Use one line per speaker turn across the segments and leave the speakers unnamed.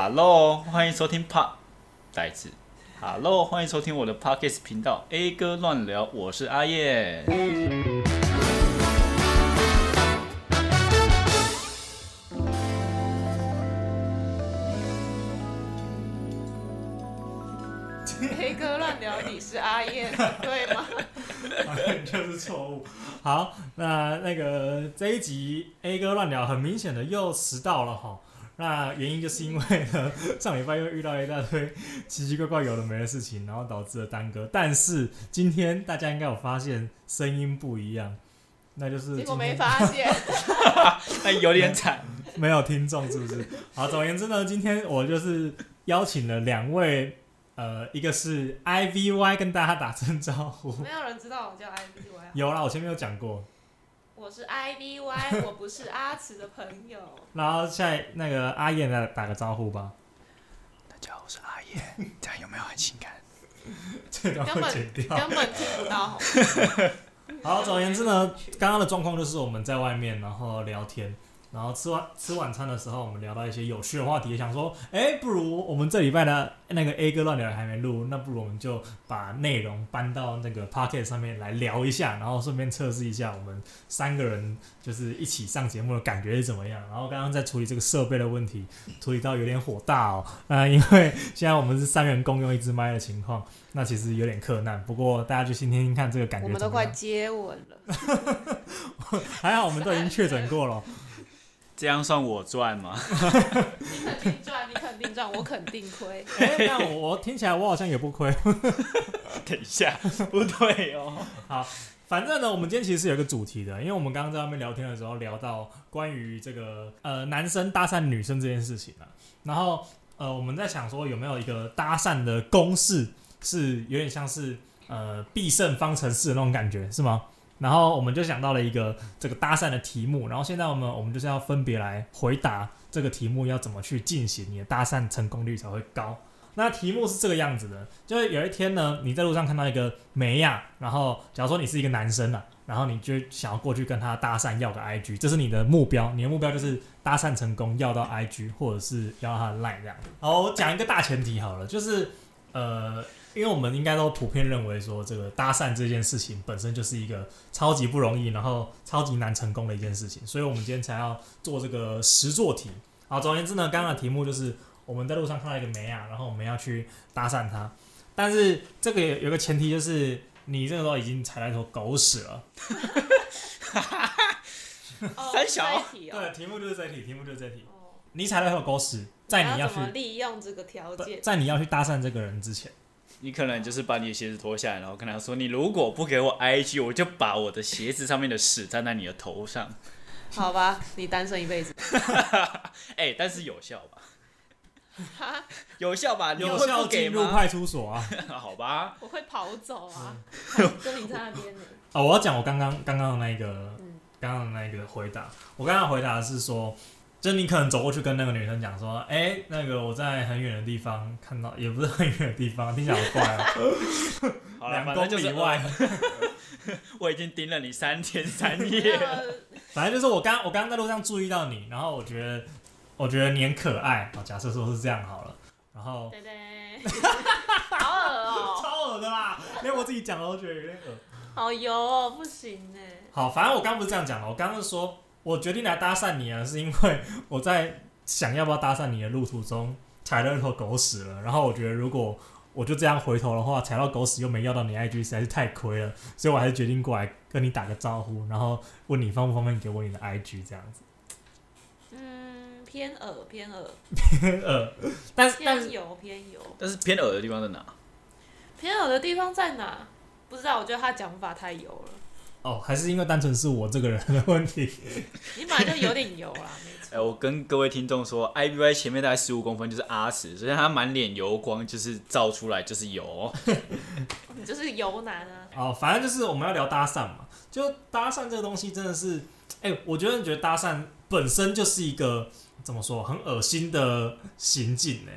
Hello，欢迎收听 Pod，再一次 Hello，欢迎收听我的 Podcast 频道 A 哥乱聊，我是阿燕。
黑哥乱聊，你是阿 燕，对吗？
就是错误。好，那那个这一集 A 哥乱聊，很明显的又迟到了哈。那原因就是因为呢， 上礼拜又遇到一大堆奇奇怪怪有的没的事情，然后导致了耽搁。但是今天大家应该有发现声音不一样，那就是
结果
今
没
天
发 现，
那哎有点惨，
没有听众是不是？好，总而言之呢，今天我就是邀请了两位，呃，一个是 I V Y 跟大家打声招呼。
没有人知道我叫 I V Y，
有啦，我前面有讲过，
我是 I V Y，我不是阿慈的朋友。
然后现在那个阿燕来打个招呼吧，
大家好，我是阿燕，这样有没有很性感？
这段会剪掉。
根本听不到。
好，总而言之呢，刚刚的状况就是我们在外面然后聊天，然后吃完吃晚餐的时候，我们聊到一些有趣的话题，想说，哎，不如我们这礼拜的那个 A 哥乱聊还没录，那不如我们就把内容搬到那个 Pocket 上面来聊一下，然后顺便测试一下我们三个人就是一起上节目的感觉是怎么样。然后刚刚在处理这个设备的问题，处理到有点火大哦。那因为现在我们是三人共用一支麦的情况，那其实有点克难。不过大家就先听听看这个感觉
我
怎么
们
样。
都快接吻了，
还好我们都已经确诊过了。
这样算我赚吗？
你肯定赚，你肯定赚，我肯定 亏。
哎、那我我听起来我好像也不亏。
等一下，不对哦。
反正呢，我们今天其实是有一个主题的，因为我们刚刚在外面聊天的时候聊到关于这个呃男生搭讪女生这件事情啊，然后呃我们在想说有没有一个搭讪的公式是有点像是呃必胜方程式的那种感觉是吗？然后我们就想到了一个这个搭讪的题目，然后现在我们我们就是要分别来回答这个题目要怎么去进行，你的搭讪成功率才会高。那题目是这个样子的，就是有一天呢，你在路上看到一个美亚，然后假如说你是一个男生啊，然后你就想要过去跟他搭讪，要个 IG，这是你的目标，你的目标就是搭讪成功，要到 IG 或者是要到他的 line 这样。好，我讲一个大前提好了，就是呃，因为我们应该都普遍认为说，这个搭讪这件事情本身就是一个超级不容易，然后超级难成功的一件事情，所以我们今天才要做这个实作题。好，总而言之呢，刚刚的题目就是我们在路上看到一个美亚，然后我们要去搭讪她，但是这个有有个前提就是你这个时候已经踩到一坨狗屎了。
哦
三小
下一题哦
对，题目就是这一题，题目就是这一题。
哦
你踩到一坨狗屎，在
然后
你要
怎么
去
利用这个条件？
在你要去搭讪这个人之前，
你可能就是把你的鞋子脱下来，然后跟他说：“你如果不给我 IG，我就把我的鞋子上面的屎沾在你的头上。
好吧，你单身一辈子。”
哎，但是有效吧？
哈，
有效吧？你
有
会
效
不给
进入
吗？
派出所啊！
好吧，
我会跑走
嗯
啊！跟你在那 边呢。
哦，我要讲我刚刚刚刚的那个
嗯，
刚刚的那个回答，我刚刚的回答是说，就是你可能走过去跟那个女生讲说，哎、那个我在很远的地方看到，也不是很远的地方，听起来好怪哦、
好了，
两
反正
公
就是呃
里外。
我已经盯了你三天三 夜了。
那
反正就是我刚我刚刚在路上注意到你，然后我觉得我觉得你很可爱，好，假设说是这样好了，然后
对对， 好恶哦，
超恶的啦，连我自己讲都觉得有点恶。
好油哦，不行呢。
好，反正我刚不是这样讲的，我刚刚是说我决定来搭讪你啊，是因为我在想要不要搭讪你的路途中踩到一坨狗屎了，然后我觉得如果我就这样回头的话，踩到狗屎又没要到你 IG，实在是太亏了，所以我还是决定过来跟你打个招呼，然后问你方不方便给我你的 IG 这样子。
嗯，偏恶偏恶，
呃，但是但
偏
是
油偏油，
但是偏耳的地方在哪？
偏恶的地方在哪？不知道，我觉得他讲法太油了。
哦，还是因为单纯是我这个人的问题。
你本来就有点油啦，没
哎、我跟各位听众说，I B Y 前面大概十五公分就是阿屎，所以他满脸油光，就是照出来就是油。
错，你就是油男啊。
哦，反正就是我们要聊搭讪嘛，就搭讪这个东西真的是，哎、我觉得觉得搭讪本身就是一个怎么说很恶心的行径欸呢、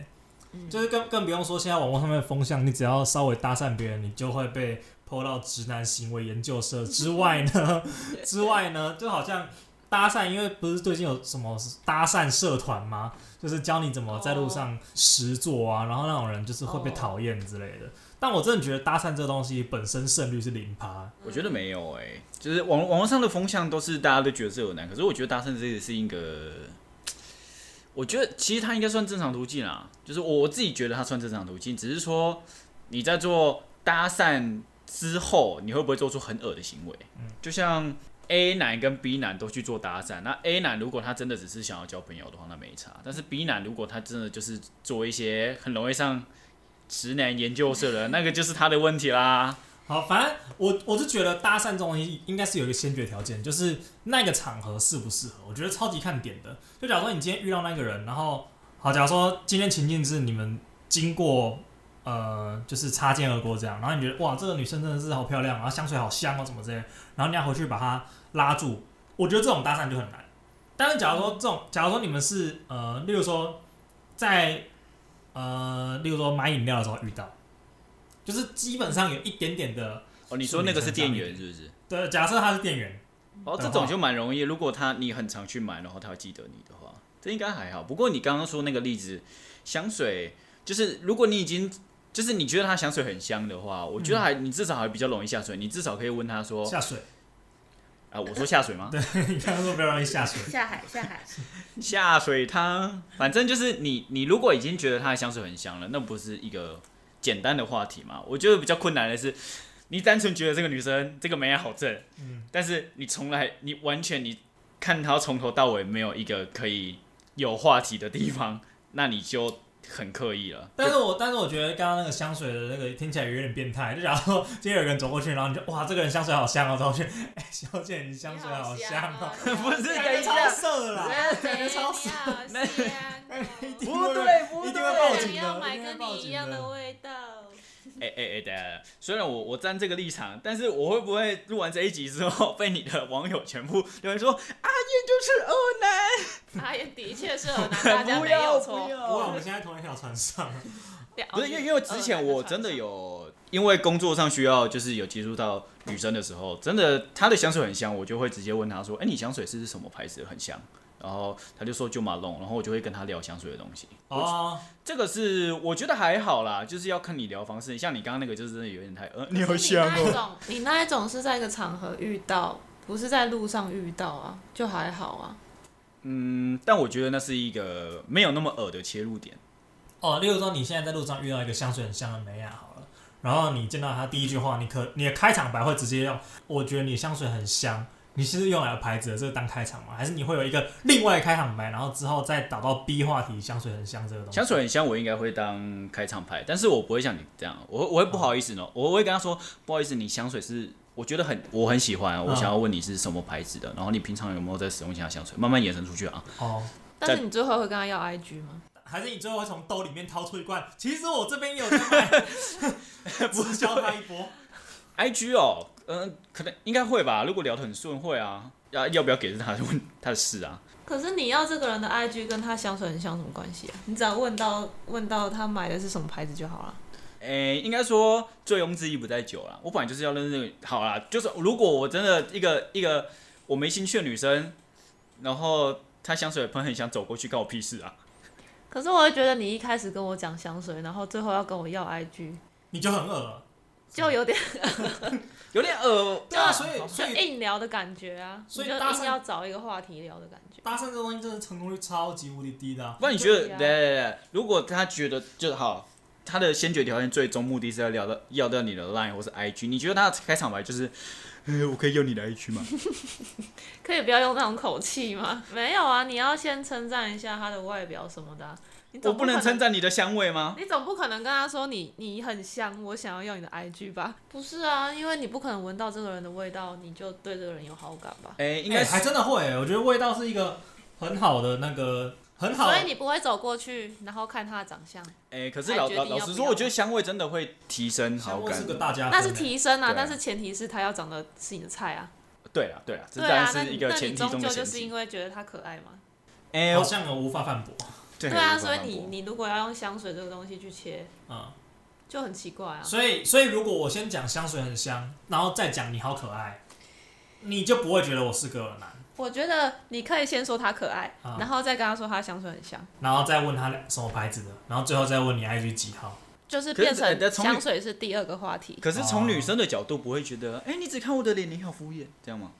嗯
就是更更不用说现在网络上面的风向，你只要稍微搭讪别人，你就会被泼到直男行为研究社之外呢，之外呢，就好像搭讪，因为不是最近有什么搭讪社团吗？就是教你怎么在路上实做啊，然后那种人就是会被
哦
讨厌之类的。但我真的觉得搭讪这东西本身胜率是零趴，
我觉得没有哎、就是网网络上的风向都是大家都觉得是有难，可是我觉得搭讪这个是一个，我觉得其实它应该算正常途径啦，就是我我自己觉得它算正常途径，只是说你在做搭讪之后，你会不会做出很恶的行为？就像 A 男跟 B 男都去做搭讪，那 A 男如果他真的只是想要交朋友的话，那没差；但是 B 男如果他真的就是做一些很容易上直男研究社的，那个就是他的问题啦。
好，反正我我是觉得搭讪这种东西应该是有一个先决条件，就是那个场合适不适合，我觉得超级看点的。就假如说你今天遇到那个人，然后好，假如说今天情境是你们经过呃就是擦肩而过这样，然后你觉得哇这个女生真的是好漂亮，然后香水好香哦什么之类的，然后你要回去把她拉住，我觉得这种搭讪就很难。但是假如说这种，假如说你们是呃，例如说在呃，例如说买饮料的时候遇到，就是基本上有一点点的。
哦，你说那个是店员是不是？
对，假设他是店员，
哦，
的
这
话
种就蛮容易。如果他你很常去买，然后他会记得你的话，这应该还好。不过你刚刚说那个例子，香水就是如果你已经就是你觉得他香水很香的话，我觉得还、你至少还比较容易下水。你至少可以问他说
下水，
啊，我说下水吗？
你刚刚说不要让易下水，
嗯下海下海，
下水汤，反正就是你你如果已经觉得他的香水很香了，那不是一个简单的话题嘛？我觉得比较困难的是。你单纯觉得这个女生这个美好正，
嗯，
但是你从来你完全你看他从头到尾没有一个可以有话题的地方，那你就很刻意了。
但是我但是我觉得刚刚那个香水的那个听起来有点变态，就假如说今天有个人走过去，然后你就哇这个人香水好香哦，走过去，哎、小姐你香水好香哦，
你好香哦
不是
你
等
好
一
感觉
下
超色的 啦，
谁
感觉超
你
色，
好香哦
一定
不
会
对不
一定会报
对
警
想要
的，
买
一定会
跟
报
你一
警
样的
的。
味道。
哎哎哎，等一下，虽然我我站这个立场，但是我会不会录完这一集之后 被你的网友全部留言说阿燕就是恶男？
阿燕的确是很难，大家
不
没
要
有
不
错。
不过我
要！
们现在同一条船上，
不是因为因为之前我真的有因为工作上需要，就是有接触到女生的时候，真的她的香水很香，我就会直接问她说：“哎、你香水是什么牌子的？很香。”然后她就说就马龙，然后我就会跟她聊香水的东西。
哦，
这个是我觉得还好啦，就是要看你聊方式。像你刚刚那个，就是真的有点太呃，你好
可是你
香
那一
哦。
种，你那一种是在一个场合遇到，不是在路上遇到啊，就还好啊。
嗯，但我觉得那是一个没有那么恶的切入点。
哦，例如说你现在在路上遇到一个香水很香的美亚好了，然后你见到她第一句话，你可你的开场白会直接用“我觉得你香水很香”，你是用来牌子的这个当开场吗？还是你会有一个另外的开场白，然后之后再导到 B 话题“香水很香”这个东西？
香水很香，我应该会当开场牌，但是我不会像你这样，我我会不好意思呢，我我会跟他说不好意思，你香水是我觉得很我很喜欢，我
嗯
想要问你是什么牌子的，然后你平常有没有在使用其他香水，慢慢延伸出去啊。
哦，
但是你最后会跟他要 IG 吗？
还是你最后会从兜里面掏出一罐？其实我这边也有在卖，直销他一波。
I G 哦，嗯、可能应该会吧，如果聊得很顺会啊，要要不要给是他的问他的事啊，
可是你要这个人的 IG 跟他香水很香什么关系啊？你只要问到问到他买的是什么牌子就好了。
诶、应该说醉翁之意不在酒啦。我本来就是要认识那个，好啦，就是如果我真的一个一个我没兴趣的女生，然后她香水喷很香，走过去干我屁事啊！
可是我会觉得你一开始跟我讲香水，然后最后要跟我要 IG，
你就很恶了，
就有点
有点恶，
对啊，所以所
就
以
硬聊的感觉啊，
所以
你就
搭讪
硬要找一个话题聊的感觉。
搭讪这东西真的成功率超级无敌低的啊、
不然你觉得，
对
来
啊
来来，如果他觉得就好，他的先决条件最终目的是要聊到要到你的 line 或是 IG，你觉得他的开场白就是，呃，我可以要你的 IG 吗？
可以不要用那种口气吗？ 没有啊，你要先称赞一下他的外表什么的啊、你
我
总
不
可
能称赞你的香味吗？
你总不可能跟他说你你很香，我想要用你的 IG 吧？不是啊，因为你不可能闻到这个人的味道，你就对这个人有好感吧？
哎、应
应
该
该、
是
还真的会、我觉得味道是一个很好的那个很好
所以你不会走过去，然后看他的长相，
哎、可是
还
老
决
老
定要
老实
不
说，
要
我觉得香味真的会提升好
香味
感
是。个大家分欸、
那是提升啊，
对啊
但是前提是他要长得是你的菜啊。
对啦，对啦，这
对
当然
啊，那
是一
你
个
那
前
你
提中
终
的
究
前
就是
提
因。为觉得他可爱嘛。
哎、
好
我
像我无法反驳。
对
对
我
啊，
无法
所以
反
你
驳
你如果要用香水这个东西去切，
嗯，
就很奇怪啊。
所以所以如果我先讲香水很香，然后再讲你好可爱，你就不会觉得我是个男。
我觉得你可以先说他可爱，
嗯
啊
然后再跟他说他香水很香，
然后再问他什么牌子的，然后最后再问你 IG 几号。
就是
可是
变
呃
成
从你
香水是第二个话题。
可是从
哦
女生的角度不会觉得，哎、你只看我的脸，你好敷衍，这样吗？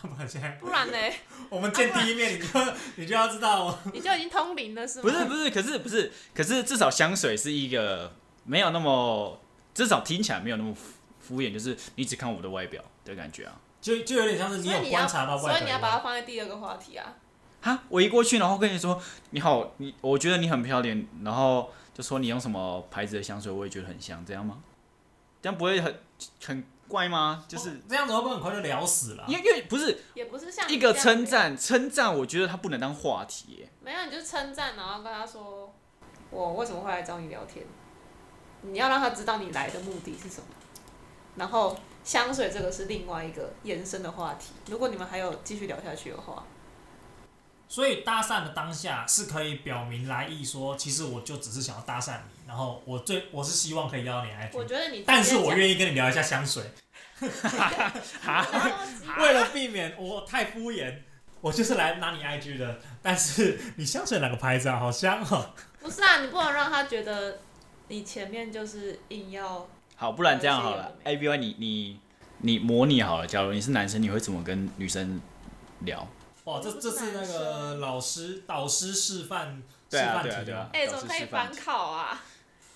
不然现在
不然呢，
我们见第一面，你就你就要知道我
你就已经通灵了是吗？
不是不是，可是不是，可是至少香水是一个没有那么，至少听起来没有那么敷敷衍，就是你只看我的外表的感觉啊。
就就有点像是你
所以
有
你要，
观察到外
所
表，
以你要把它放在第二个话题啊。
哈，我一过去，然后跟你说你好，你我觉得你很漂亮，然后就说你用什么牌子的香水，我也觉得很香，这样吗？这样不会很很怪吗？就是
这样子，会不会很快就聊死了啊？
嗯
因为因为不是
也不是哦像你
一个
这样
称
子，
赞，称赞我觉得它不能当话题耶。
没有你就称赞，然后跟他说我为什么会来找你聊天，你要让他知道你来的目的是什么。然后香水这个是另外一个延伸的话题，如果你们还有继续聊下去的话，
所以搭讪的当下是可以表明来意说，其实我就只是想要搭讪你，然后我最我是希望可以要到你来
我觉得你直接
但是我
讲
愿意跟你聊一下香水，
不要那么急
为了避免我太敷衍，我就是来拿你 IG 的。但是你香水哪个牌子啊？好香哦！
不是啊，你不能让他觉得你前面就是硬要
好，不然这样好
我
了
是
，A B Y，你你你模拟好了，假如你是男生，你会怎么跟女生聊？
哇，哦这这是那个老师导师示范示
对啊
范
对啊
题
对
的
啊
啊。
哎、
老
怎
师
么可以
示范
反考啊？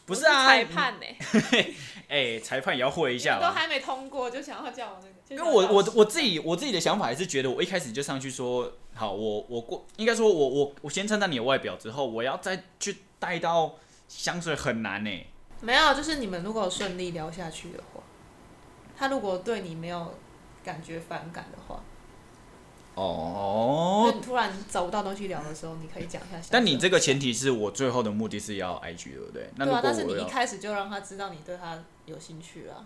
不
我
是啊，
裁判呢、欸，
你哎、裁判也要会一下
你都
吧。
还没通过就想要叫我那个，就
因
想
为
要
我我
老师
我自己我自己的想法还是觉得，我一开始就上去说好，我我过应该说我我我先称赞你的外表之后，我要再去带到香水很难欸呢、
没有，就是你们如果顺利聊下去的话，他如果对你没有感觉反感的话，
哦
就，你突然找不到东西聊的时候，你可以讲一下。
但你这个前提是我最后的目的是要 IG 对不对？那
对
如
啊，
果
但是你
我
一
要，
开始就让他知道你对他有兴趣了啊。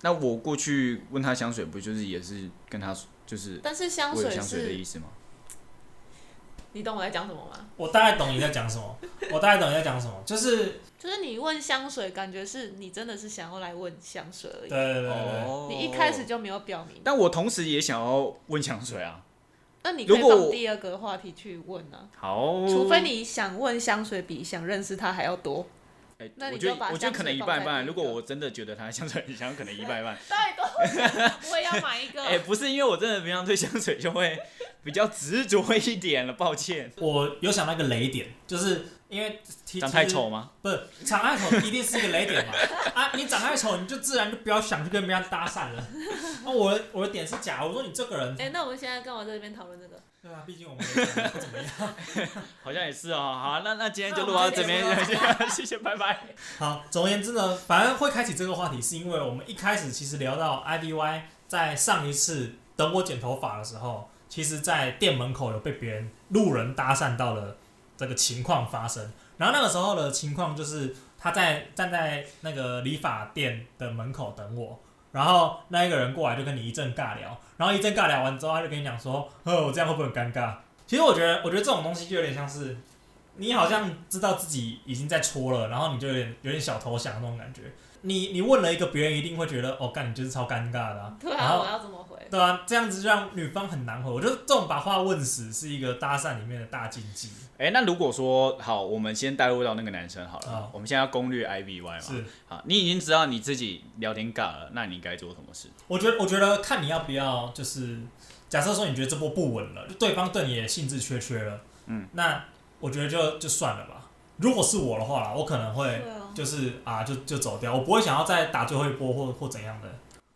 那我过去问他香水，不就是也是跟他说就是
但是香
我有
水
香水的
是，
意思吗？
你懂我在讲什么吗？
我大概懂你在讲什么，我大概懂你在讲什么，就是
就是你问香水，感觉是你真的是想要来问香水而
对
已。
对对对对
哦
你一开始，就没有表明，
但我同时也想要问香水啊。
那你可以
如果
放
我
第二个话题去问啊。
好，
除非你想问香水比想认识他还要多，
哎，
那
我
你
觉
就把
得我觉得可能一
香水放
半一
在
半。
第一
如果
个
我真的觉得它香水很香，可能一半一 半。
到底多想？我也要买一个。
哎，不是因为我真的平常对香水就 会比较执着一点了，抱歉。
我有想到一个雷点，就是因为其
长太
其实
丑吗？
不是长太丑一定是一个雷点嘛？ 啊，你长太丑，你就自然就不要想去跟别人搭讪了。那、我的我的点是假，如说你这个人，
哎、那我们现在跟我在这边讨论这个，
对啊，毕竟我们也长得不怎么样。
好像也是哦。好，那那今天就
那
录
我
到
们
这
今天
边
就，
谢谢，拜拜。
好，总而言之呢，反正会开启这个话题，是因为我们一开始其实聊到 IDY 在上一次等我剪头发的时候，其实在店门口有被别人路人搭讪到了这个情况发生。然后那个时候的情况就是他在站在那个理发店的门口等我。然后那一个人过来就跟你一阵尬聊，然后一阵尬聊完之后，他就跟你讲说：“呵，我这样会不会很尴尬？”其实我觉得，我觉得这种东西就有点像是你好像知道自己已经在戳了，然后你就有点有点小投降那种感觉。你你问了一个别人一定会觉得哦，干你就是超尴尬的、啊，
对
然
啊，
后
我要怎么回？
对啊，这样子让女方很难回。我觉得这种把话问死是一个搭讪里面的大禁忌。
哎，那如果说好，我们先带入到那个男生好了
好。
我们现在要攻略 I V Y 嘛。
是，
好，你已经知道你自己聊天尬了，那你该做什么事？
我觉得我觉得看你要不要，就是假设说你觉得这波不稳了，就对方对你也兴致缺缺了，
嗯，
那我觉得就就算了吧。如果是我的话啦，我可能会
对啊，
就是啊，就就走掉，我不会想要再打最后一波或或怎样的。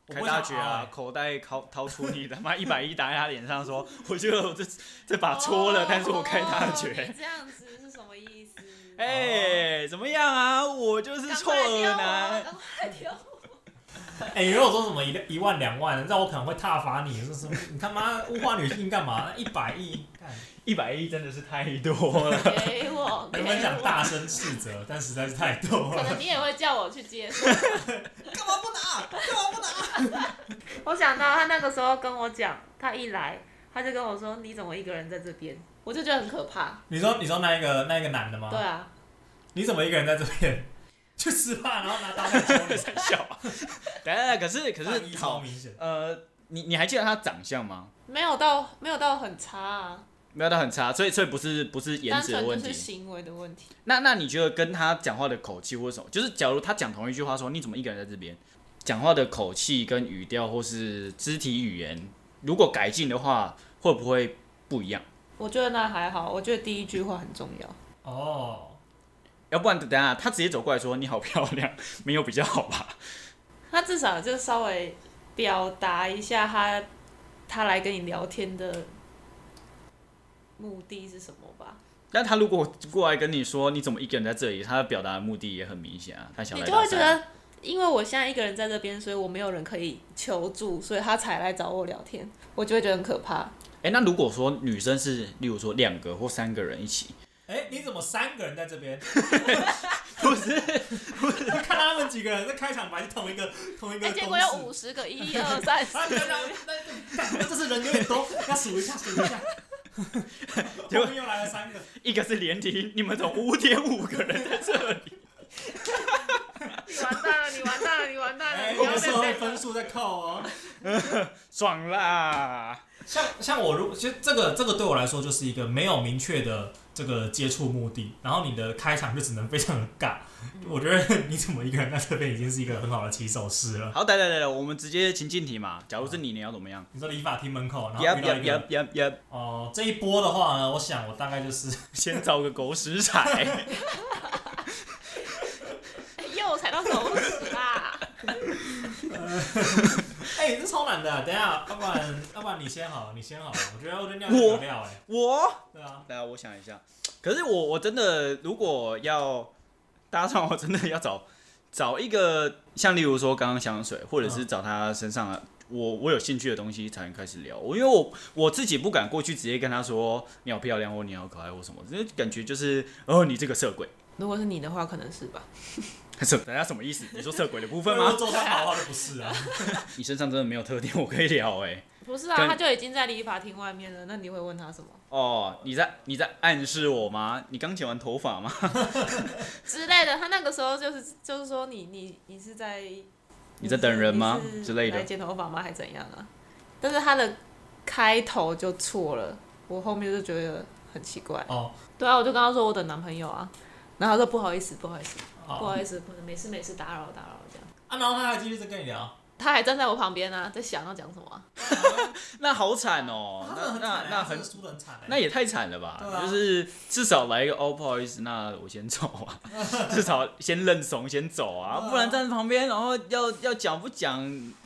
我
开
不会
大
想
绝
啊
啊，口袋掏掏出你他妈一百一打在他脸上说， 我觉得我这这把戳了，但是我开大
哦你
绝。
这样子是什么意思？
哎、怎么样啊？我就是
赶
错
快
愕
丢我
男。
赶快丢我！
哎、如果说什么一一万两万，那我可能会踏伐你，说什么你他妈物化女性干嘛？一百亿， 干
一百一真的是太多了。
给我，给
原本想
我。
大声斥责，但实在是太多
可
了。
能你也会叫我去接受。干嘛 不拿？干嘛不拿？我想到他那个时候跟我讲，他一来他就跟我说：“你怎么一个人在这边？”我就觉得很可怕。
啊
你说你说那一个那一个男的吗？
对啊，
你怎么一个人在这边？去 吃饭，然后拿刀在戳你，
笑啊。等一下，可是可
可
是
超
好，
明显。
呃，你你还记得他长相吗？
没有到没有到很差啊，
没有，他很差，所以所以不是不是颜
单
值的
纯
问
就是
题。
行为的问题。
那那你觉得跟他讲话的口气或什么，就是假如他讲同一句话说你怎么一个人在这边，讲话的口气跟语调或是肢体语言，如果改进的话，会不会不一样？
我觉得那还好，我觉得第一句话很重要。
哦，
要不然等下他直接走过来说你好漂亮，没有比较好吧？
他至少就稍微表达一下他他来跟你聊天的目的是什么吧，
但他如果过来跟你说你怎么一个人在这里，他表达的目的也很明显啊，他想
你
来
就会
搭讪
觉得，因为我现在一个人在这边，所以我没有人可以求助，所以他才来找我聊天，我就会觉得很可怕。
哎、那如果说女生是，例如说两个或三个人一起，
哎，你怎么三个人在这边？
不是
看他们几个人在开场白是同一个同一个
哎、
公式。
结果有五十个，一二三四
啊，，那那那 这是人有点多，要数一下数一下。
结果
后面又来了三个，
一个是连体，你们总五点五个人在这里，
你完蛋了，你完蛋了，你完蛋了，
哎，
你
我
要
们
再
社会
这
分
个。
数在扣哦。
爽啦！
像像我如其实这个这个对我来说就是一个没有明确的这个接触目的，然后你的开场就只能非常的尬。我觉得 你怎么一个人在这边已经是一个很好的起手式了。
好，来来来来，我们直接情境题嘛。假如是你，你要怎么样
你说理发厅门口，然后
？Yup
遇到
yup
一个
yup yup yup，
哦、这一波的话呢，我想我大概就是
先找个狗屎 踩。
哎又踩到狗屎啦！
哎、这超难的，等一下，要不然要不然你先好，你先好，我觉得我觉得尿
我
尿料哎、
我，
对啊，
来，我想一下。可是我我真的如果要搭上，我真的要找 找一个，像例如说刚刚香水，或者是找他身上的我我有兴趣的东西才能开始聊。我因为我我自己不敢过去直接跟他说你好漂亮或你好可爱或什么，因为感觉就是哦你这个色鬼，
如果是你的话，可能是吧。
色大家什么意思？你说色鬼的部分
如
吗
果？周汤豪的话就不是啊。
你身上真的没有特点，我可以聊哎、
不是啊，
跟
他就已经在理发厅外面了，那你会问他什么
哦，你在你在暗示我吗？你刚剪完头发
嗯
吗？
之类的？他那个时候就是就是说你你你是在
你在等人吗
你是
之类
来
的？
剪头发吗？还怎样啊？但是他的开头就错了，我后面就觉得很奇怪。
哦，
对啊，我就跟他说我等男朋友啊，然后他说不好意思，不好意思，
哦
不
好
好意思，不好意思没事没事，打扰打扰这样。
啊，然后他还继续在跟你聊，
他还站在我旁边呢、啊，在想要讲什么啊、
那好惨哦，
他真的
那那那
很惨欸他真
很
的输的很惨欸
那也太惨了吧？
对啊
就是至少来一个哦，不好意思，那我先走啊，至少先认怂先走啊，
对啊
不然站在旁边，然后要要讲不讲，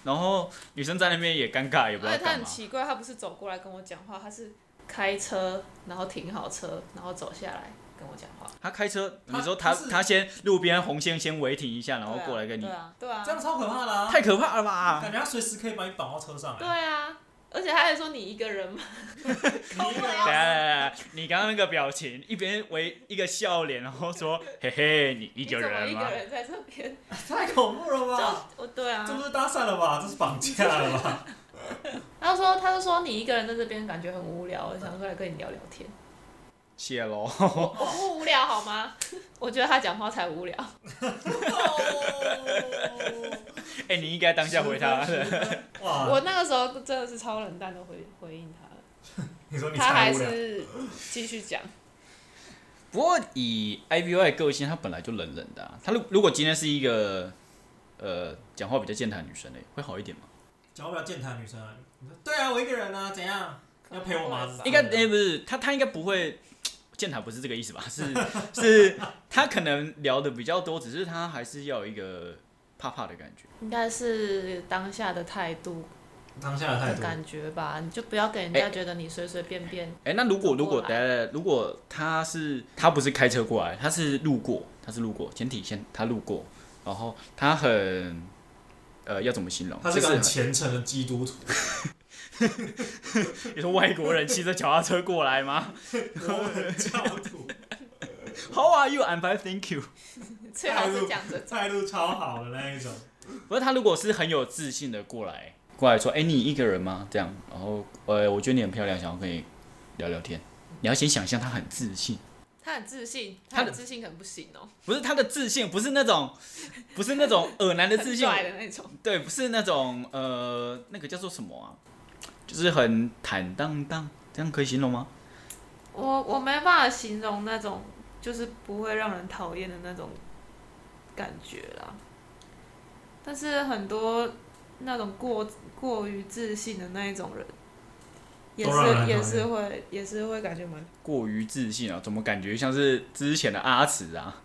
然后女生在那边也尴尬，也不知道
而且哎他
干
很
嘛。
奇怪，他不是走过来跟我讲话，他是开车，然后停好车，然后走下来跟我讲话。
他开车，
他
你说他
他是
他先路边红线先违停一下，然后
对啊
过来跟你
对，啊，对啊，
这样超可怕的啊，
太可怕了 吧？
感觉他随时可以把你绑到车上哎
对
来。
啊，而且他还说你一个人吗？
你一个
等一下，
人
等一下，等一下你刚刚那个表情，一边为一个笑脸，然后说：“嘿嘿，你一
你
个
怎么
人
一
吗
个人在这 边？
太恐怖了吧？
就我对啊
这，不是搭讪了吧？这是绑架 了吧？
他就说他就说你一个人在这边感觉很无聊，我想出来跟你聊聊天。？”
谢喽。
我
哦
我不无聊好吗？ 我觉得他讲话才无聊。
哎、你应该当下回他。
十分
对
十分哇，
我那个时候真的是超冷淡的回回应他了，
你说你
他
太
还
无聊，
是继续讲。
不过以 I V Y 个性，他本来就冷冷的、啊。他如如果今天是一个呃讲话比较健谈的女生呢，会好一点吗？
讲话比较健谈的女生啊，你说对啊，我一个人啊，怎样？要陪我
可
吗
能会吧
应该哎、不是，他他应该不会。健谈不是这个意思吧？ 是是，他可能聊的比较多，只是他还是要有一个怕怕的感觉。
应该是当下的态度
当下的态
的
度。哎
感觉吧，你就不要给人家觉得你随随便 便。
哎、那如果
走
如
过
果
来
等下等下如果他是他不是开车过来，他是路过，他是路过，前提先他路过，然后他很呃要怎么形容？
他
就
是个
是
很
很
虔诚的基督徒，
你说外国人骑着脚踏车过来吗
我很教徒，
？How are you? I'm fine, thank you。
最好是讲这种。
态度超好的那一种。
不是他如果是很有自信的过来过来说，哎、你一个人吗？这样，然后呃，我觉得你很漂亮，想要跟你聊聊天。你要先想象他很自信，
他很自信，
他
他
的
的自信可能不行哦、
不是他的自信，不是那种，不是那种耳男的自
很
信，
拽的那种。
对，不是那种呃，那个叫做什么啊？就是很坦荡荡，这样可以形容吗？
我我没办法形容那种，就是不会让人讨厌的那种感觉啦。但是很多那种过过于自信的那一种人，也
都让人讨厌
是也是会也是会感觉蛮
过于自信啊，怎么感觉像是之前的阿慈啊？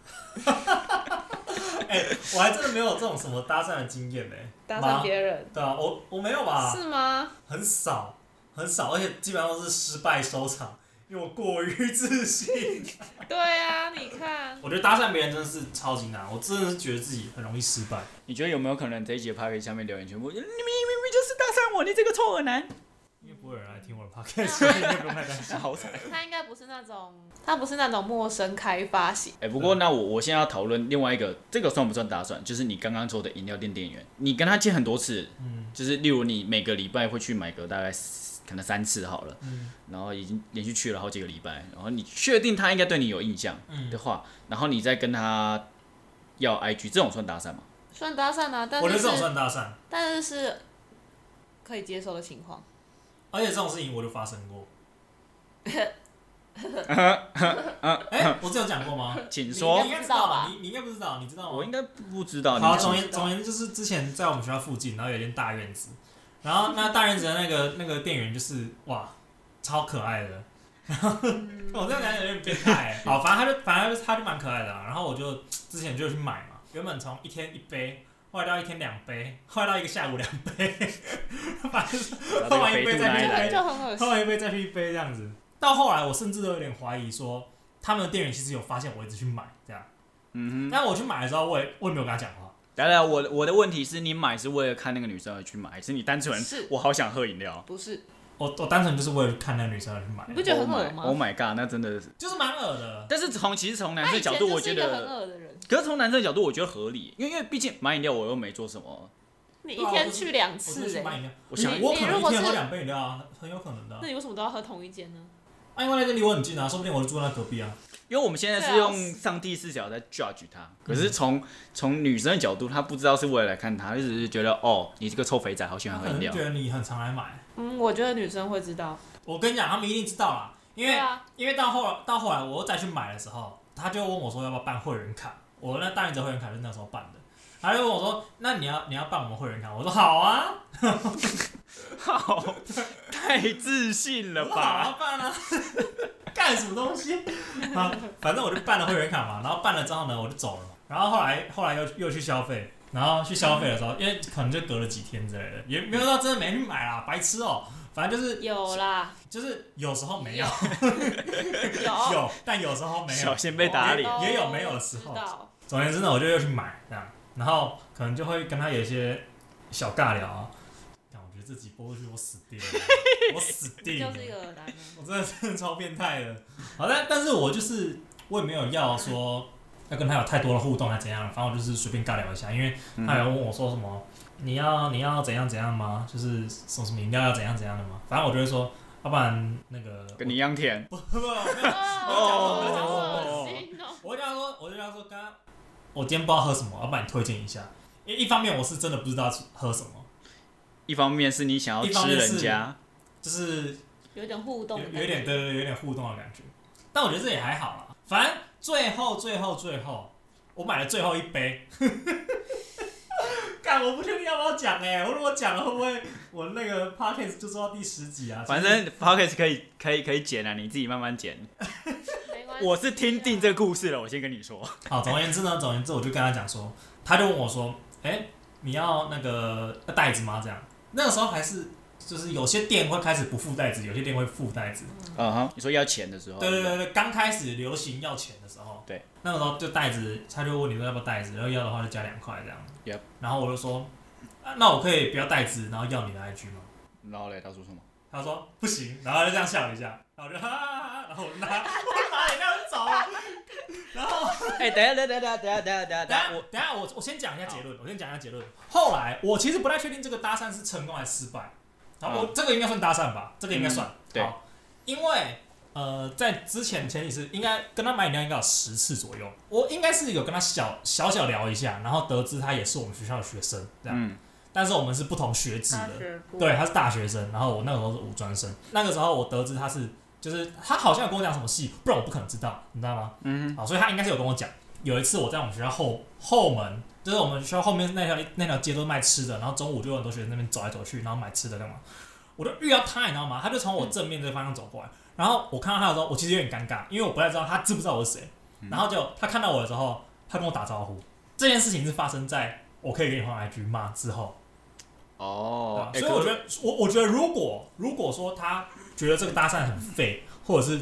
哎、我还真的没有这种什么搭讪的经验呢、
搭
妈
讪别人，
对啊，我我没有吧，
是吗？
很少很少，而且基本上都是失败收场，因为我过于自 信。
对啊，你看，
我觉得搭讪别人真的是超级难，我真的是觉得自己很容易失败。
你觉得有没有可能这一节 p a r k 下面留言全部你明明明就是搭讪我，你这个臭耳男，
应该不会有人来听我的 podcast，所以应该不用太担心。
好惨！哎、
他应该不是那种，他不是那种陌生开发型，
哎不过那我我现在要讨论另外一个，这个算不算搭讪？就是你刚刚说的饮料店店员，你跟他见很多次，
嗯
就是例如你每个礼拜会去买个大概可能三次好了，
嗯
然后已经连续去了好几个礼拜，然后你确定他应该对你有印象的
嗯，
话，然后你再跟他要 IG，这种算搭讪吗？
算搭讪啊，但
我觉
是
得这种
是
算搭讪，
但是是可以接受的情况。
而且这种事情我就发生过。哎、我之前有讲过吗？
请
你
说
应。该知道吧？你你应该不知道，你知道吗？
啊我应该不知道。
好，
你从
总而言总而言之，就是之前在我们学校附近，然后有一间大院子，然后那大院子的那个那个店员就是哇，超可爱的。然后我这样讲有点变态欸。好，反正他就反正他就他就蛮可爱的啊、然后我就之前就去买嘛，原本从一天一杯，后来到一天两杯，后来到一个下午两杯，反正
然后这个肥度哪里
哎
就
来？
就很恶
喝
心。
完一杯再去一杯这样子。到后来我甚至都有点怀疑说，他们的店员其实有发现我一直去买这样。
嗯哼。
但我去买的时候，我也我也没有跟他讲话。
来来，我我的问题是你买是为了看那个女生而去买，还是你单纯
是
我好想喝饮料？
不是？
我我单纯就是为了看那女生而去买
你，不觉得很恶
Oh
吗？
my god，那真的是。
就是蛮恶的。
但是从其实从男
他
生
以
的角
前
度，
就
我
是
觉
一个很
得，
恶的人。
可是从男生的角度，我觉得合理，因为因为毕竟买饮料我又没做什么，
你
对
一
啊
天
我就是
去两
我是
次
去买
哎，
饮料，
我想
你
我可能
如
一
果
天喝
是
两杯饮料啊，很有可能的啊
那。你为什么都要喝同一间呢？
啊，因为那间离我很近啊，说不定我就住在那隔壁啊。
因为我们现在是
对啊
用上帝视角在 judge 他，可是从从女生的角度，她不知道是为了来看他，就只是觉得哦，你这个臭肥仔好喜
他
欢喝
可
饮
能
料
觉。得你很常来买。
嗯，我觉得女生会知道。
我跟你讲，他们一定知道啦，因
对
为
啊，
因为到后来到后来我又再去买的时候，他就问我说要不要办会员卡，我那大原则会员卡就是那时候办的。他就问我说：“那你要你要办我们会员卡？”我说：“好啊，
好，太自信
我
了
说好啊
吧？，
办 啊，干什么东西？”啊，反正我就办了会员卡嘛，然后办了之后呢，我就走了嘛。然后后来后来又又去消费，然后去消费的时候，因为可能就隔了几天之类的，也没有到真的没去买啦，白痴哦、反正就是
有啦，
就是有时候 没有
有
有，哦但有时候没有，
小心被打脸
都
也有没有的时候
知。道
总而言之呢，我就又去买这样，然后可能就会跟他有一些小尬聊啊。但我觉得这集播出去我死定了，我死
你
定了
就，是一个恶男啊。
我真的 真的超变态的。好，但但是我就是我也没有要说要跟他有太多的互动还是啊怎样，反正我就是随便尬聊一下，因为
嗯
他有问我说什么，你要你要怎样怎样吗？就是什么什么饮料要怎样怎样的吗？反正我就会说，要不然那个
跟你一样甜，
不不，我没有
哦，好恶心哦！
我就跟他说，我就跟他说，刚刚我今天不知道喝什么，要不然你推荐一下。因为一方面我是真的不知道喝什么，
一方面是你想要
一方
吃
面是
人家，
就是
有点互
有
动的感觉，
有点对对对，有点互动的感觉。但我觉得这也还好啦，反正最后最后最后，我买了最后一杯。 干，我不确定要不要讲哎、我如果讲了会不会我那个 podcast 就做到第十集啊？
反正 p o c k e t 可以可以可以剪啊，你自己慢慢剪。
没关系啊。
我是听定这个故事了，我先跟你说。
好，总而言之呢，总而言之，我就跟他讲说，他就问我说，哎、你要那个要袋子吗？这样，那个时候还是就是有些店会开始不付袋子，有些店会付袋子。
嗯哼，你说要钱的时候，
对对对对，刚开始流行要钱的时候，
对，
那个时候就袋子，他就问你说要不要袋子，然后要的话就加两块这样。
Yep
然后我就说、啊，那我可以不要袋子，然后要你的 IG 吗？
然后嘞，他说什么？
他说不行，然后他就这样笑了一下，然后我就哈哈哈哈，然后我就拿 我就拿 饮料走了，然后。
哎，等一下等一下等一下等一下 等一下等
等下
一下，我
等下，我我先讲一下结论，我先讲一下结论。后来我其实不太确定这个搭讪是成功还是失败，然后我、这个应该算搭讪吧，这个应该算。
嗯对
好，因为呃，在之前前几次应该跟他买饮料应该有十次左右，我应该是有跟他小小小聊一下，然后得知他也是我们学校的学生这样，
嗯，
但是我们是不同学制
大
的，
学部
对，，他是大学生，然后我那个时候是五专生，那个时候我得知他是，就是他好像有跟我讲什么戏，不然我不可能知道，你知道吗？
嗯，
好，所以他应该是有跟我讲，有一次我在我们学校后后门，就是我们学校后面那条那条街都是卖吃的，然后中午就有很多学生在那边走来走去，然后买吃的干嘛，我就遇到他，你知道吗？他就从我正面这个方向走过来，然后我看到他的时候，我其实有点尴尬，因为我不太知道他知不知道我是谁，然后就他看到我的时候，他跟我打招呼，这件事情是发生在我可以给你换 IG 骂之后。
哦，哎
啊所以我觉
可
得，我我觉得如果如果说他觉得这个搭讪很废，或者是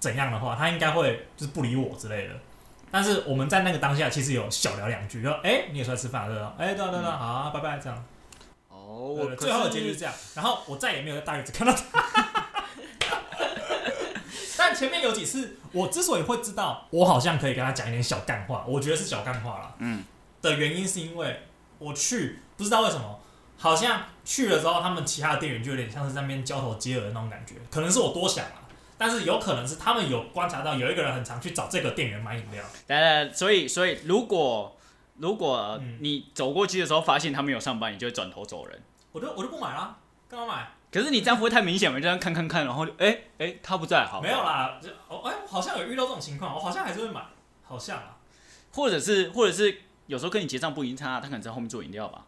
怎样的话，他应该会就是不理我之类的。但是我们在那个当下，其实有小聊两句，就哎、你也出来吃饭了对吧？哎、对啊对
嗯
啊对啊，好啊，拜拜，这样。
哦，
对
我
对最后的
可
结局是
是
这样，然后我再也没有在大学只看到他。 但前面有几次，我之所以会知道，我好像可以跟他讲一点小干话，我觉得是小干话啦。
嗯，
的原因是因为我去，不知道为什么，好像去了之后，他们其他的店员就有点像是在那边交头接耳的那种感觉，可能是我多想了、但是有可能是他们有观察到有一个人很常去找这个店员买饮料，
来来，来所以所以如果如果
嗯
你走过去的时候发现他没有上班，你就会转头走人。
我就我就不买啦，干嘛买？
可是你这样不会太明显吗？就这样看看看，然后就哎哎他不在，好
没有，啦，就哦哎、我好像有遇到这种情况，我好像还是会买，好像啊，
或者是或者是有时候跟你结账不赢他，他可能在后面做饮料吧。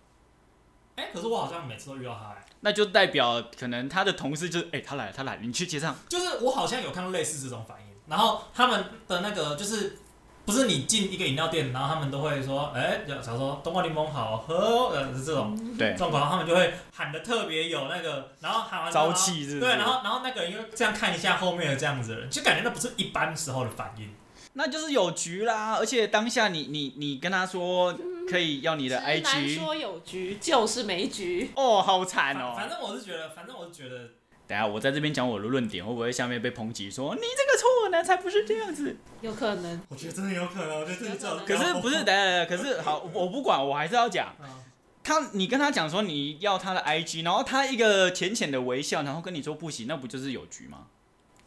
哎、可是我好像每次都遇到他、哎，
那就代表可能他的同事就是，哎、他来了，他来了，你去结账。
就是我好像有看到类似这种反应，然后他们的那个就是。不是你进一个饮料店，然后他们都会说，哎、就假如说冬瓜柠檬好喝哦，呃，是这种，
对，
状况，他们就会喊的特别有那个，然后喊完之后
朝气是不是？
对，然后然后那个人又这样看一下后面的这样子的人，就感觉那不是一般时候的反应。
那就是有局啦。而且当下你你你跟他说可以要你的
直男
IG，
说有局就是没局，
哦，好惨
反
哦。
反正我是觉得，反正我是觉得，
等一下我在这边讲我的论点，会不会下面被抨击说你这个错呢？才不是这样 子。
有可能
我觉得真的有可能，我觉得真的有
可是不是？等一下，等一下可是好，我我不管，我还是要讲。
嗯
他，你跟他讲说你要他的 IG，然后他一个浅浅的微笑，然后跟你说不行，那不就是有局 吗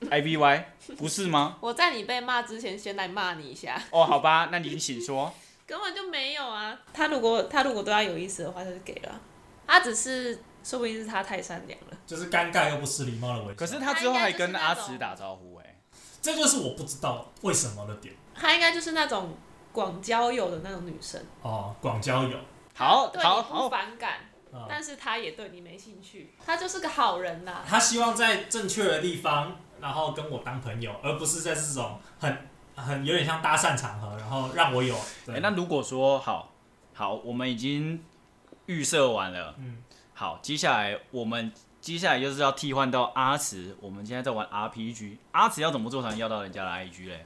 ？I B Y 不是吗？
我在你被骂之前先来骂你一下，
哦，好吧，那你请 说。
根本就没有啊。他如果他如果对他有意思的话，他就给了啊。他只是说不定是他太善良了，
就是尴尬又不失礼貌的微笑。
可是他之后还跟阿慈打招呼、哎，
这就是我不知道为什么的点
他应该就是那种广交友的那种女生，
哦，广交友。
好
对
好
你不
好，
反感，
嗯
但是他也对你没兴趣，他就是个好人啦。
他希望在正确的地方，然后跟我当朋友，而不是在这种很很有点像搭讪场合，然后让我有。
哎、
对
那如果说好好，我们已经预设完了，
嗯，
好，接下来我们接下来就是要替换到阿慈，我们现在在玩 RPG，阿慈要怎么做才能要到人家的 IG 嘞？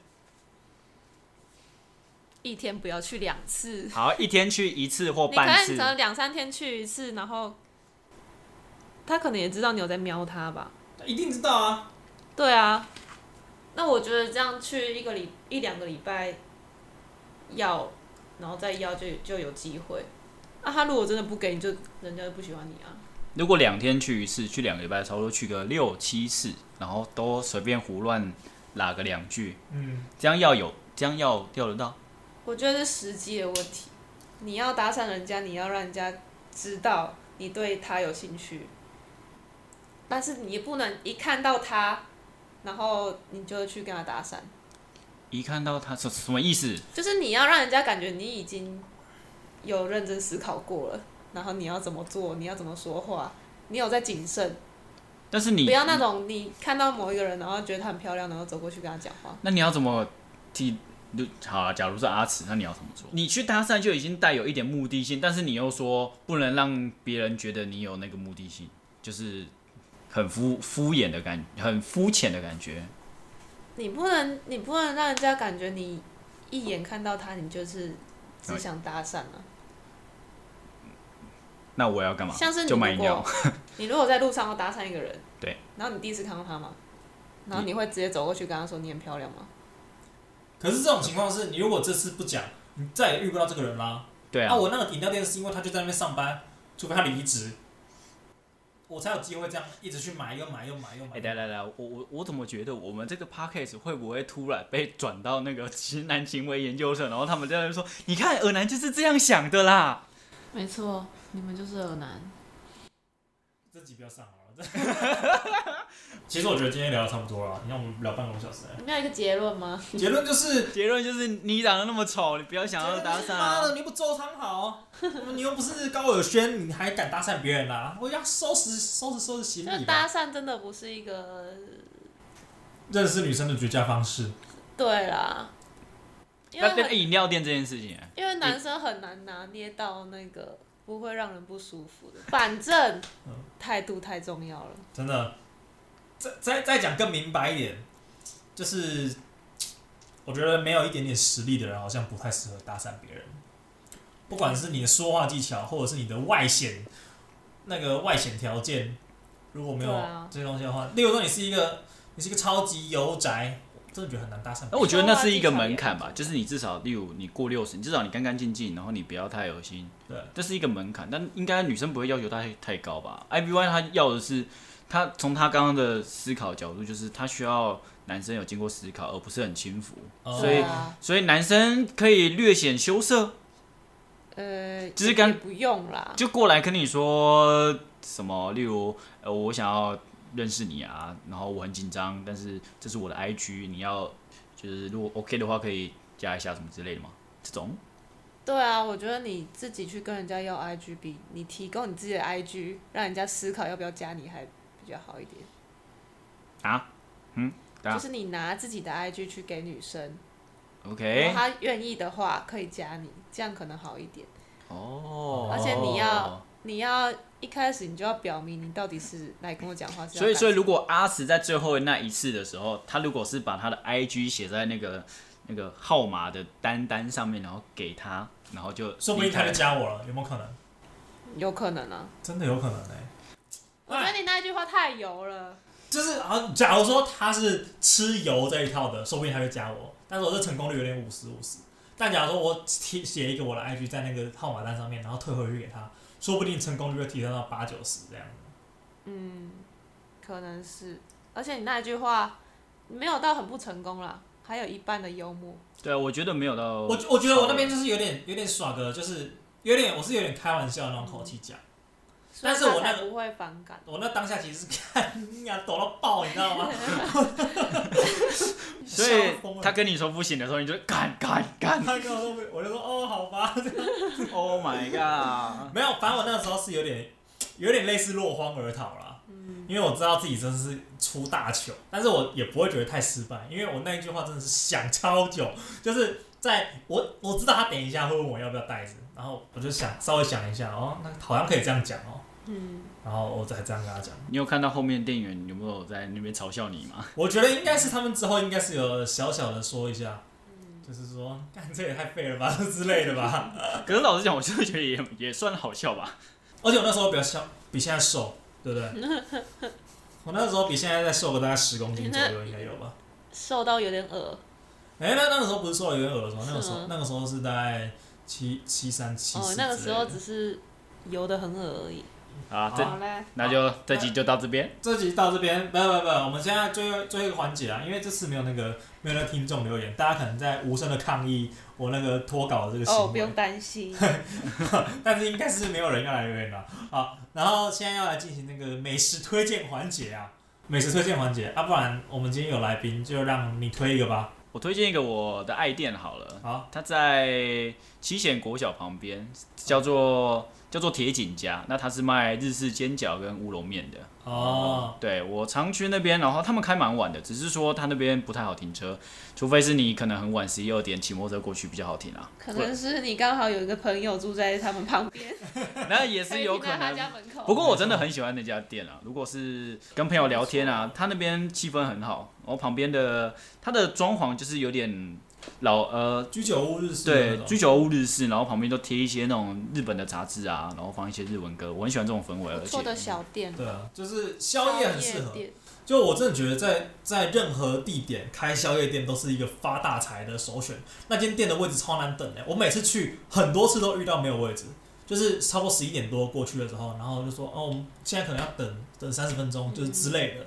一天不要去两次，
好，一天去一次或
你可
半
能只
次，
能两三天去一次，然后他可能也知道你有在瞄他吧。
一定知道啊。
对啊，那我觉得这样去一个礼一两个礼拜要，然后再要就就有机会。啊，他如果真的不给你就，人家就不喜欢你啊。
如果两天去一次，去两个礼拜，差不多去个六七次，然后都随便胡乱拉个两句，
嗯，
这样要有，这样要钓得到。
我觉得是时机的问题。你要搭讪人家，你要让人家知道你对他有兴趣，但是你也不能一看到他，然后你就去跟他搭讪，
一看到他什什么意思？
就是你要让人家感觉你已经有认真思考过了，然后你要怎么做，你要怎么说话，你有在谨慎，
但是你
不要那种你看到某一个人，然后觉得她很漂亮，然后走过去跟她讲话。
那你要怎么替？就好啊，假如是阿慈，那你要怎么做？你去搭讪就已经带有一点目的性，但是你又说不能让别人觉得你有那个目的性，就是很敷敷衍的感，很肤浅的感觉。
你不能，你不能让人家感觉你一眼看到他，你就是只想搭讪啊。
那我要干嘛？
像是你
就买饮
如
料
果。 你如果在路上要搭讪一个人，
对，
然后你第一次看到他嘛，然后你会直接走过去跟他说你很漂亮吗？
可是这种情况是你如果这次不讲，你再也遇不到这个人啦。
对
那、
啊，
我那个饮料店是因为他就在那边上班，除非他离职。我才有机会这样一直去买又买又买又买。
哎，来来来，我我我怎么觉得我们这个 podcast 会不会突然被转到那个直男行为研究社，然后他们在那边说，你看尔南就是这样想的啦。
没错，你们就是耳男。
这集不要上好了。 这其实我觉得今天聊的差不多了，你看我们聊半个小时、
你们有一个结论吗？
欸，结论就是，
结论就是你长得那么丑，你不要想要搭
结论就是妈
讪。啊
的，你不周汤好，你又不是高尔宣，你还敢搭讪别人啦、我要收拾收拾收拾行
就
李
搭
吧。
讪真的不是一个
认识女生的绝佳方式，
对啦，因为
那那
很
饮料店这件事情，啊
因为男生很难拿捏到那个不会让人不舒服的，反正
嗯
态度太重要了。
真的。再再再讲更明白一点，就是我觉得没有一点点实力的人，好像不太适合搭讪别人。不管是你的说话技巧，或者是你的外显那个外显条件，如果没有
对啊
这些东西的话，例如说你是一个你是一个超级油宅，我真的觉得很难搭讪别人。
那我觉得那是一个门槛吧，就是你至少，例如你过六十，你至少你干干净净，然后你不要太恶心，
对，
这是一个门槛。但应该女生不会要求太太高吧？IBY 她要的是，她从她刚刚的思考角度，就是她需要男生有经过思考，而不是很轻浮，
哦
所以
对啊
所以男生可以略显羞涩，
呃，
就是
也
刚
也不用啦，
就过来跟你说什么，例如呃，我想要认识你啊，然后我很紧张，但是这是我的 IG，你要就是如果 OK 的话，可以加一下什么之类的吗？这种。
对啊，我觉得你自己去跟人家要 IG 比，你提供你自己的 IG，让人家思考要不要加你还比较好一点。
啊？嗯，对啊
就是你拿自己的 IG 去给女生，如果
OK，
她愿意的话，可以加你，这样可能好一点。
哦
而且你要，你要一开始你就要表明你到底是来跟我讲话是要
所以所以
干什
如
么
果阿石在最后那一次的时候，他如果是把他的 IG 写在那个那个号码的单单上面，然后给他，然后就
说不定他
离开
就加我了，有没有可能？
有可能啊，
真的有可能哎、
我觉得你那句话太油了，
就是好，假如说他是吃油这一套的，说不定他会加我，但是我这成功率有点五十五十。但假如说我贴写一个我的 IG 在那个号码单上面，然后退回去给他，说不定成功率会提升到八九十这样。
可能是，而且你那句话没有到很不成功啦，还有一半的幽默。
对啊，我觉得没有到，
我我觉得我那边就是有点有点耍个，就是有点我是有点开玩笑的那种口气讲。但是
所以
我
他才
那
不会反感，
我那当下其实是看 呀抖到爆，你知道吗？
所
笑疯
以
了
他跟你说不行的时候，你就干干 干
他跟我说，我就说哦，好吧，
，Oh my god！
没有，反正我那个时候是有点，有点类似落荒而逃啦。因为我知道自己真的是出大糗，但是我也不会觉得太失败，因为我那一句话真的是想超久，就是在我我知道他等一下会问我要不要袋子，然后我就想稍微想一下，哦，那好像可以这样讲哦，
嗯，
然后我再这样跟他讲。
你有看到后面店员有没有在那边嘲笑你吗？
我觉得应该是他们之后应该是有小小的说一下，就是说，干这也太废了吧 之类的吧。
可是老实讲，我真的觉得也也算好笑吧。
而且我那时候比较小，比现在瘦，对不对？我那时候比现在再瘦个大概十公斤左右，应该有吧？
瘦到有点恶，
哎、那那个时候不是瘦了有点耳朵，那个时
是吗
候那个时候是大概七七三七
哦
四，
那个
之
时
类
候
的
只是油的很恶而已。
啊，这
好嘞，
那就这集就到这边。
这集到这边，不不不，我们现在最后最后一个环节啊，因为这次没有那个没有那个听众留言，大家可能在无声的抗议我那个脱稿的这个
哦，
行
不
为，
用担心，
但是应该是没有人要来留言了。好，然后现在要来进行那个美食推荐环节啊，美食推荐环节啊，不然我们今天有来宾，就让你推一个吧。
我推荐一个我的爱店好了，
好，
它在七贤国小旁边，叫做叫做铁井家。那它是卖日式煎饺跟乌龙面的。
哦，
对我常去那边，然后他们开蛮晚的，只是说他那边不太好停车，除非是你可能很晚十一二点骑摩托车过去比较好停啊。
可能是你刚好有一个朋友住在他们旁 边，
那也
可
是
以
有
停
可
在他家
能。
哦
门口。
不过我真的很喜欢那家店啊，如果是跟朋友聊天啊，他那边气氛很好，然后旁边的它的装潢就是有点老呃
居酒屋日式的那
对
种，
居酒屋日式，然后旁边都贴一些那种日本的杂志啊，然后放一些日文歌，我很喜欢这种氛围，而
不
且
错的小店，
对啊，就是宵夜很适合。
店
就我真的觉得在在任何地点开宵夜店都是一个发大财的首选。那间店的位置超难等的、我每次去很多次都遇到没有位置，就是差不多十一点多过去的时候，然后就说哦，我们现在可能要等等三十分钟，就是之类的。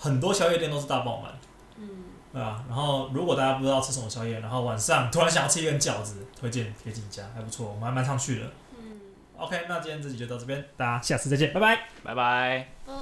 很多宵夜店都是大爆满，
嗯，
对啊。然后如果大家不知道吃什么宵夜，然后晚上突然想要吃一根饺子，推荐铁井家还不错，我们还蛮常去的。
嗯，
OK，那今天这集就到这边，大家下次再见，拜拜。
拜拜。
拜拜。